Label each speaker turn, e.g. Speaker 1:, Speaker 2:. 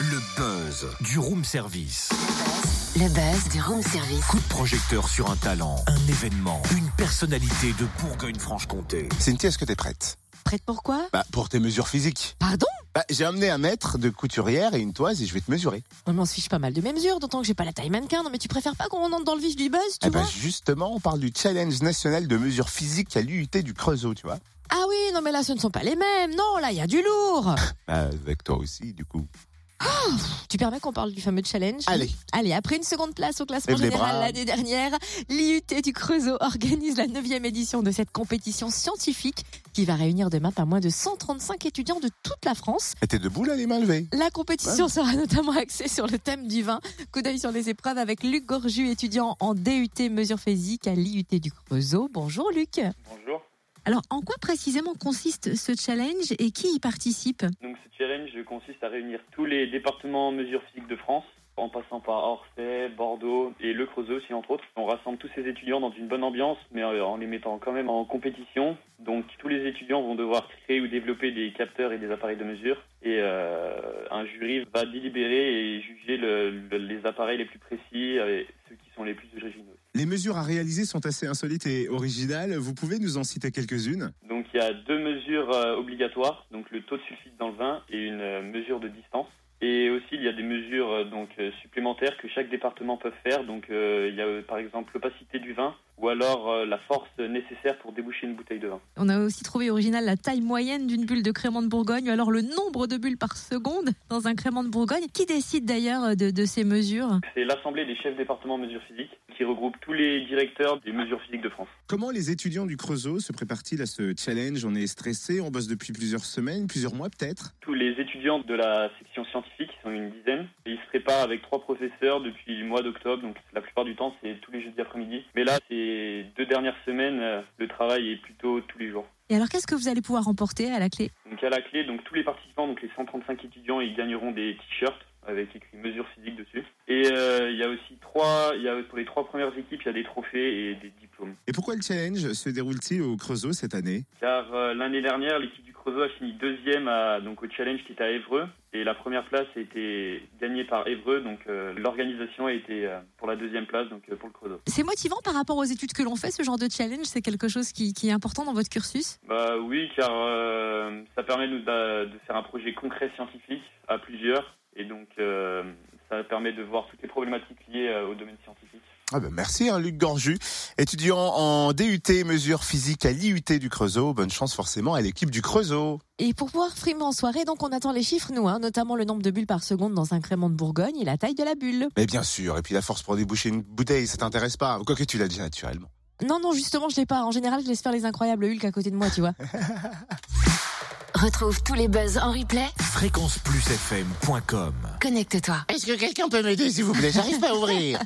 Speaker 1: Le buzz du room service.
Speaker 2: Le buzz du room service.
Speaker 1: Coup de projecteur sur un talent, un événement, une personnalité de Bourgogne-Franche-Comté.
Speaker 3: Cynthia, est-ce que t'es prête
Speaker 2: Prête pour quoi
Speaker 3: Bah, pour tes mesures physiques.
Speaker 2: Pardon
Speaker 3: Bah, j'ai amené un mètre de couturière et une toise et je vais te mesurer.
Speaker 2: On m'en fiche pas mal de mes mesures, d'autant que j'ai pas la taille mannequin. Non mais tu préfères pas qu'on entre dans le vif du buzz, tu
Speaker 3: Eh
Speaker 2: vois
Speaker 3: bah, justement, on parle du challenge national de mesures physiques à l'UIT du Creusot, tu vois.
Speaker 2: Ah oui, non mais là ce ne sont pas les mêmes. Non, là il y a du lourd.
Speaker 3: Bah, avec toi aussi, du coup.
Speaker 2: tu permets qu'on parle du fameux challenge
Speaker 3: Allez.
Speaker 2: Allez, après une seconde place au classement
Speaker 3: Lève les
Speaker 2: général
Speaker 3: bras.
Speaker 2: l'année dernière, l'IUT du Creusot organise la 9e édition de cette compétition scientifique qui va réunir demain pas moins de 135 étudiants de toute la France.
Speaker 3: Et T'es debout, là, les mains levées
Speaker 2: La compétition sera notamment axée sur le thème du vin. Coup d'œil sur les épreuves avec Luc Gorju, étudiant en DUT mesures physiques à l'IUT du Creusot. Bonjour Luc.
Speaker 4: Bonjour.
Speaker 2: Alors, en quoi précisément consiste ce challenge et qui y participe
Speaker 4: Donc ce challenge consiste à réunir tous les départements en mesures physiques de France, en passant par Orsay, Bordeaux et Le Creusot aussi entre autres. On rassemble tous ces étudiants dans une bonne ambiance, mais euh, en les mettant quand même en compétition. Donc tous les étudiants vont devoir créer ou développer des capteurs et des appareils de mesure. Et euh, un jury va délibérer et juger le- le- les appareils les plus précis euh, et ceux qui sont les plus originaux.
Speaker 5: Les mesures à réaliser sont assez insolites et originales. Vous pouvez nous en citer quelques-unes
Speaker 4: Donc il y a deux mesures euh, obligatoires, donc le taux de sulfite dans le vin et une euh, mesure de distance. Et aussi il y a des mesures euh, donc euh, supplémentaires que chaque département peut faire. Donc euh, il y a euh, par exemple l'opacité du vin ou alors euh, la force nécessaire pour déboucher une bouteille de vin.
Speaker 2: On a aussi trouvé original la taille moyenne d'une bulle de crément de Bourgogne, ou alors le nombre de bulles par seconde dans un crément de Bourgogne. Qui décide d'ailleurs de, de ces mesures
Speaker 4: C'est l'assemblée des chefs départements mesures physiques qui regroupe tous les directeurs des mesures physiques de France.
Speaker 5: Comment les étudiants du Creusot se préparent-ils à ce challenge On est stressé, on bosse depuis plusieurs semaines, plusieurs mois peut-être.
Speaker 4: Tous les étudiants de la section scientifique, qui sont une dizaine, et ils se préparent avec trois professeurs depuis le mois d'octobre, donc la plupart du temps c'est tous les jeudis après-midi. Mais là, ces deux dernières semaines, euh, le travail est plutôt tous les jours.
Speaker 2: Et alors, qu'est-ce que vous allez pouvoir emporter à la clé
Speaker 4: Donc à la clé, donc tous les participants, donc les 135 étudiants, ils gagneront des t-shirts avec écrit mesures physiques dessus. Et euh, il y a aussi trois, il y a pour les trois premières équipes, il y a des trophées et des diplômes.
Speaker 5: Et pourquoi le challenge se déroule-t-il au Creusot cette année
Speaker 4: Car euh, l'année dernière, l'équipe du Creusot a fini deuxième à, donc, au challenge qui était à Évreux. Et la première place a été gagnée par Évreux. Donc euh, l'organisation a été euh, pour la deuxième place, donc euh, pour le Creusot.
Speaker 2: C'est motivant par rapport aux études que l'on fait, ce genre de challenge C'est quelque chose qui- qui est important dans votre cursus
Speaker 4: Bah oui, car euh, ça permet nous d'a- de faire un projet concret scientifique à plusieurs. Et donc euh, ça permet de voir toutes les problématiques liées euh, au domaine scientifique.
Speaker 3: Ah bah merci, hein, Luc Gorju. Étudiant en DUT mesures physiques à l'IUT du Creusot. Bonne chance forcément à l'équipe du Creusot.
Speaker 2: Et pour pouvoir frimer en soirée, donc on attend les chiffres, nous, hein, notamment le nombre de bulles par seconde dans un crément de Bourgogne et la taille de la bulle.
Speaker 3: Mais bien sûr, et puis la force pour déboucher une bouteille, ça t'intéresse pas. Quoique tu l'as déjà naturellement.
Speaker 2: Non, non, justement, je l'ai pas. En général, je laisse faire les incroyables Hulk à côté de moi, tu vois.
Speaker 6: Retrouve tous les buzz en replay.
Speaker 1: Fréquenceplusfm.com
Speaker 6: Connecte-toi.
Speaker 3: Est-ce que quelqu'un peut m'aider, s'il vous plaît J'arrive pas à ouvrir.